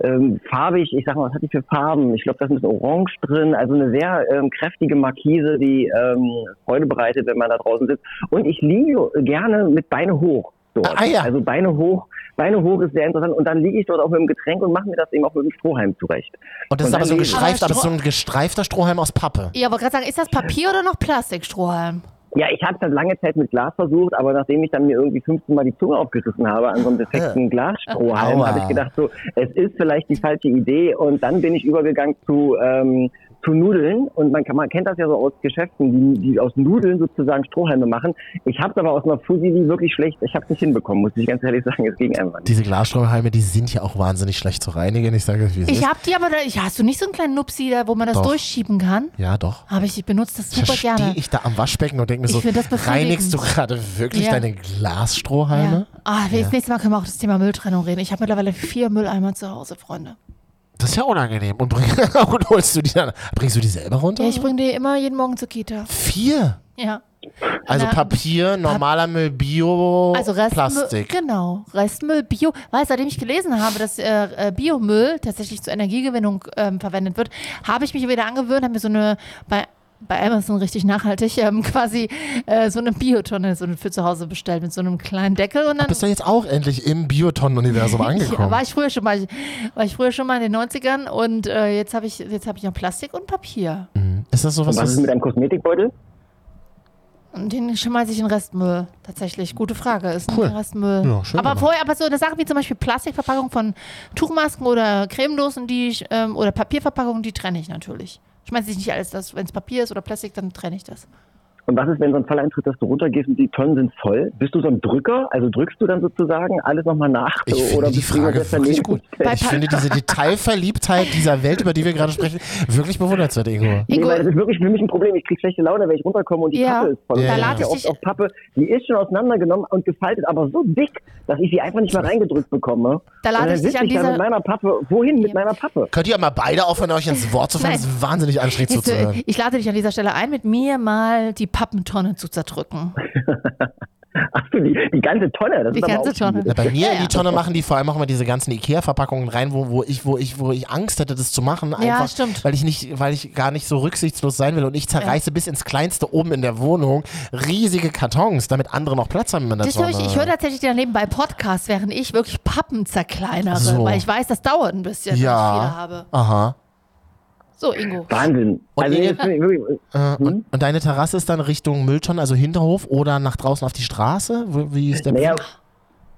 Speaker 3: ähm, farbig, ich sag mal, was hat die für Farben? Ich glaube, da ist ein bisschen Orange drin, also eine sehr ähm, kräftige Markise, die ähm, Freude bereitet, wenn man da draußen sitzt. Und ich liege gerne mit Beine hoch. Dort.
Speaker 1: Ah, ja.
Speaker 3: Also Beine hoch, Beine hoch ist sehr interessant und dann liege ich dort auch mit dem Getränk und mache mir das eben auch mit dem Strohhalm zurecht.
Speaker 1: Und das ist
Speaker 3: Und
Speaker 1: aber so, ein
Speaker 3: dann lesen.
Speaker 1: gestreift,
Speaker 2: Aber
Speaker 1: aber so ein gestreifter Strohhalm aus Pappe.
Speaker 2: Ja, aber gerade sagen, ist das Papier oder noch Plastikstrohhalm?
Speaker 3: Ja, ich habe das lange Zeit mit Glas versucht, aber nachdem ich dann mir irgendwie 15 Mal die Zunge aufgerissen habe an so einem defekten Glasstrohhalm,
Speaker 1: Aua.
Speaker 3: habe ich gedacht, so, es ist vielleicht die falsche Idee. Und dann bin ich übergegangen zu, ähm, zu Nudeln. Und man, kann, man kennt das ja so aus Geschäften, die, die aus Nudeln sozusagen Strohhalme machen. Ich habe aber aus einer Fusilli wirklich schlecht, ich habe nicht hinbekommen, muss ich ganz ehrlich sagen. Es ging einfach nicht.
Speaker 1: Diese Glasstrohhalme, die sind ja auch wahnsinnig schlecht zu reinigen. Ich sage, es, wie es
Speaker 2: Ich
Speaker 1: ist.
Speaker 2: hab die aber, da, ich, hast du nicht so einen kleinen Nupsi, da, wo man das
Speaker 1: Doch.
Speaker 2: durchschieben kann?
Speaker 1: Ja, doch.
Speaker 2: Habe ich, ich benutze das super
Speaker 1: Verstehe
Speaker 2: gerne.
Speaker 1: ich da am Waschbecken und denke mir
Speaker 2: Ich
Speaker 1: so,
Speaker 2: find das befriedigend.
Speaker 1: reinigst du gerade wirklich
Speaker 2: Ja.
Speaker 1: deine Glasstrohhalme?
Speaker 2: Ja. Ah, wir- das nächste Mal können wir auch das Thema Mülltrennung reden. Ich habe mittlerweile vier Mülleimer zu Hause, Freunde.
Speaker 1: Das ist ja unangenehm. Und, bring, und holst du die dann, bringst du die selber runter?
Speaker 2: Ja, ich bringe die immer jeden Morgen zur Kita.
Speaker 1: Vier.
Speaker 2: Ja.
Speaker 1: Also
Speaker 2: Na,
Speaker 1: Papier, normaler Müll, Bio,
Speaker 2: Also Restmüll,
Speaker 1: Oh, Plastik.
Speaker 2: genau, Restmüll, Bio. Weil seitdem ich gelesen habe, dass äh, äh, Biomüll tatsächlich zur Energiegewinnung ähm, verwendet wird, habe ich mich wieder angewöhnt, habe mir so eine bei bei Amazon richtig nachhaltig ähm, quasi äh, so eine Biotonne so eine für zu Hause bestellt mit so einem kleinen Deckel und dann
Speaker 1: Bist du jetzt auch endlich im Bioton-Universum
Speaker 2: Ja,
Speaker 1: angekommen?
Speaker 2: war ich früher schon mal, war ich früher schon mal in den 90ern und äh, jetzt habe ich jetzt habe ich noch Plastik und Papier
Speaker 1: Hm. ist das sowas,
Speaker 3: Und was ist mit einem Kosmetikbeutel?
Speaker 2: und den schmeiße ich in Restmüll tatsächlich. Gute Frage, ist
Speaker 1: Cool.
Speaker 2: ein Restmüll.
Speaker 1: Ja, schön
Speaker 2: aber
Speaker 1: gemacht.
Speaker 2: vorher aber so eine Sache wie zum Beispiel Plastikverpackung von Tuchmasken oder Cremedosen, die ich, ähm, oder Papierverpackungen, die trenne ich natürlich. Schmeiße ich nicht alles, das wenn es Papier ist oder Plastik, dann trenne ich das.
Speaker 3: Und was ist, wenn so ein Fall eintritt, dass du runtergehst und die Tonnen sind voll? Bist du so ein Drücker? Also drückst du dann sozusagen alles nochmal nach?
Speaker 1: Ich
Speaker 3: so,
Speaker 1: finde
Speaker 3: oder
Speaker 1: die
Speaker 3: bist du jemand,
Speaker 1: Frage
Speaker 3: der daneben
Speaker 1: wirklich gut.
Speaker 3: stellt?
Speaker 1: Ich finde diese Detailverliebtheit dieser Welt, über die wir gerade sprechen, wirklich bewundernswert, Ingo.
Speaker 3: Nee,
Speaker 2: Ingo,
Speaker 3: weil das ist wirklich für mich ein Problem. Ich kriege schlechte Laune, wenn ich runterkomme und die
Speaker 2: Ja.
Speaker 3: Pappe ist voll.
Speaker 1: Ja,
Speaker 3: Ich
Speaker 1: ja.
Speaker 3: hab
Speaker 2: Da lade ich
Speaker 3: oft
Speaker 2: dich-
Speaker 3: auf Pappe. Die ist schon auseinandergenommen und gefaltet, aber so dick, dass ich sie einfach nicht mehr reingedrückt bekomme.
Speaker 2: Da lade
Speaker 3: Und dann
Speaker 2: ich dich
Speaker 3: sitz
Speaker 2: an
Speaker 3: da
Speaker 2: dieser-
Speaker 3: mit meiner Pappe. Wohin mit meiner Pappe?
Speaker 1: Könnt ihr mal beide aufhören, euch ins Wort zu fallen?
Speaker 2: Nein.
Speaker 1: Das ist wahnsinnig anstrengend
Speaker 2: jetzt, äh,
Speaker 1: zuzuhören.
Speaker 2: ich lade dich an dieser Stelle ein, mit mir mal die Pappentonne zu zerdrücken.
Speaker 3: Ach du, Also die, die ganze Tonne. Das
Speaker 2: Die
Speaker 3: ist aber
Speaker 2: ganze
Speaker 3: auch
Speaker 2: Tonne.
Speaker 3: viel.
Speaker 1: Ja, bei mir
Speaker 2: Ja,
Speaker 1: in
Speaker 2: ja.
Speaker 1: die Tonne machen die vor allem auch immer diese ganzen Ikea-Verpackungen rein, wo, wo, ich, wo, ich, wo ich Angst hätte, das zu machen. Einfach,
Speaker 2: stimmt.
Speaker 1: Weil ich, nicht, weil ich gar nicht so rücksichtslos sein will. Und ich zerreiße bis ins Kleinste oben in der Wohnung riesige Kartons, damit andere noch Platz haben in der
Speaker 2: Das höre
Speaker 1: Tonne.
Speaker 2: ich, ich höre tatsächlich dann nebenbei Podcasts, während ich wirklich Pappen zerkleinere,
Speaker 1: So.
Speaker 2: weil ich weiß, das dauert ein bisschen, wenn ich
Speaker 1: ja.
Speaker 2: viele habe.
Speaker 1: Aha.
Speaker 2: So, Ingo.
Speaker 3: Wahnsinn.
Speaker 1: Und
Speaker 3: also
Speaker 1: ihr-
Speaker 3: jetzt bin ich wirklich,
Speaker 1: Äh, und, und deine Terrasse ist dann Richtung Mülltonnen, also Hinterhof oder nach draußen auf die Straße? Wo- Wie ist der
Speaker 3: naja,
Speaker 1: Plan?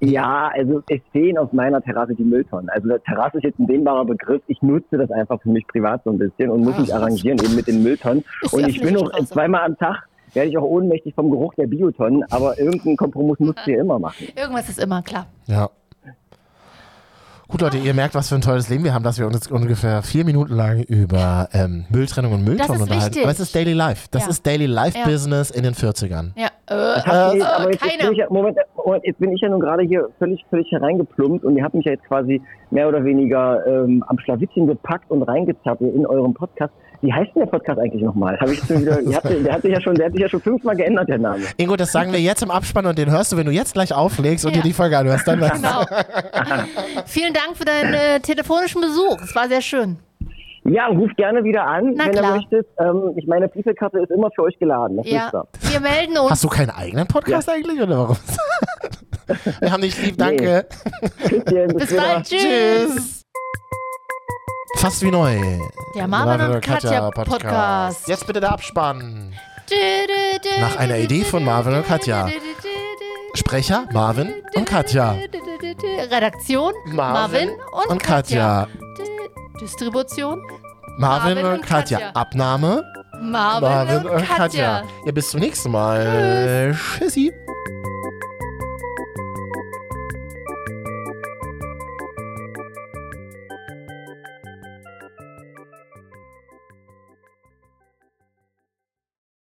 Speaker 3: ja, also es stehen auf meiner Terrasse die Mülltonnen. Also der Terrasse ist jetzt ein dehnbarer Begriff. Ich nutze das einfach für mich privat so ein bisschen und muss
Speaker 2: Ach,
Speaker 3: mich
Speaker 2: was.
Speaker 3: arrangieren eben mit den Mülltonnen.
Speaker 2: Ah, Ist die
Speaker 3: Und ich bin
Speaker 2: öffentliche
Speaker 3: auch
Speaker 2: Straße.
Speaker 3: zweimal am Tag werde ich auch ohnmächtig vom Geruch der Biotonnen, aber irgendeinen Kompromiss musst du ja immer machen.
Speaker 2: Irgendwas ist immer klar.
Speaker 1: Ja. Gut, Leute, ihr merkt, was für ein tolles Leben wir haben, dass wir uns ungefähr vier Minuten lang über ähm, Mülltrennung und Mülltonnen
Speaker 2: ist
Speaker 1: unterhalten.
Speaker 2: wichtig.
Speaker 1: Aber es ist Daily Life. Das
Speaker 2: Ja.
Speaker 1: ist Daily Life
Speaker 2: Ja.
Speaker 1: Business in den 40ern.
Speaker 2: Ja, äh,
Speaker 3: Habt ihr-
Speaker 2: äh,
Speaker 3: aber jetzt, jetzt
Speaker 2: keiner.
Speaker 3: bin ich ja, Moment, Moment, jetzt bin ich ja nun gerade hier völlig, völlig hereingeplumpt und ihr habt mich ja jetzt quasi mehr oder weniger ähm, am Schlawittchen gepackt und reingezappelt in eurem Podcast. Wie heißt denn der Podcast eigentlich nochmal? Hab ich jetzt schon wieder, ihr habt, der, hat sich ja schon, der hat sich ja schon fünfmal geändert, der Name.
Speaker 1: Ingo, das sagen wir jetzt im Abspann und den hörst du, wenn du jetzt gleich auflegst und
Speaker 2: Ja.
Speaker 1: dir die Folge anhörst. Dann weißt du.
Speaker 2: Genau. Vielen Dank für deinen äh, telefonischen Besuch. Es war sehr schön.
Speaker 3: Ja, ruft gerne wieder an,
Speaker 2: Na
Speaker 3: wenn
Speaker 2: klar.
Speaker 3: ihr möchtet. Ähm, ich meine, Pieselkarte ist immer für euch geladen. Das
Speaker 2: Ja,
Speaker 3: wisst
Speaker 2: wir
Speaker 3: ihr.
Speaker 2: melden uns.
Speaker 1: Hast du keinen eigenen Podcast eigentlich oder warum? wir haben dich lieb, danke.
Speaker 3: Tschüsschen, bis,
Speaker 2: Bis
Speaker 3: wieder.
Speaker 2: bald. Tschüss.
Speaker 1: Fast wie neu.
Speaker 2: Der Marvin und Katja Podcast.
Speaker 1: Jetzt bitte der Abspann.
Speaker 2: Nach
Speaker 1: einer Idee von Marvin und Katja. Sprecher Marvin und Katja.
Speaker 2: Redaktion Marvin, und, Katja.
Speaker 1: Katja.
Speaker 2: Distribution
Speaker 1: Marvin,
Speaker 2: Marvin
Speaker 1: und
Speaker 2: und
Speaker 1: Katja.
Speaker 2: Katja.
Speaker 1: Abnahme
Speaker 2: Marvin, und Katja.
Speaker 1: Ja, bis zum nächsten Mal. Tschüssi.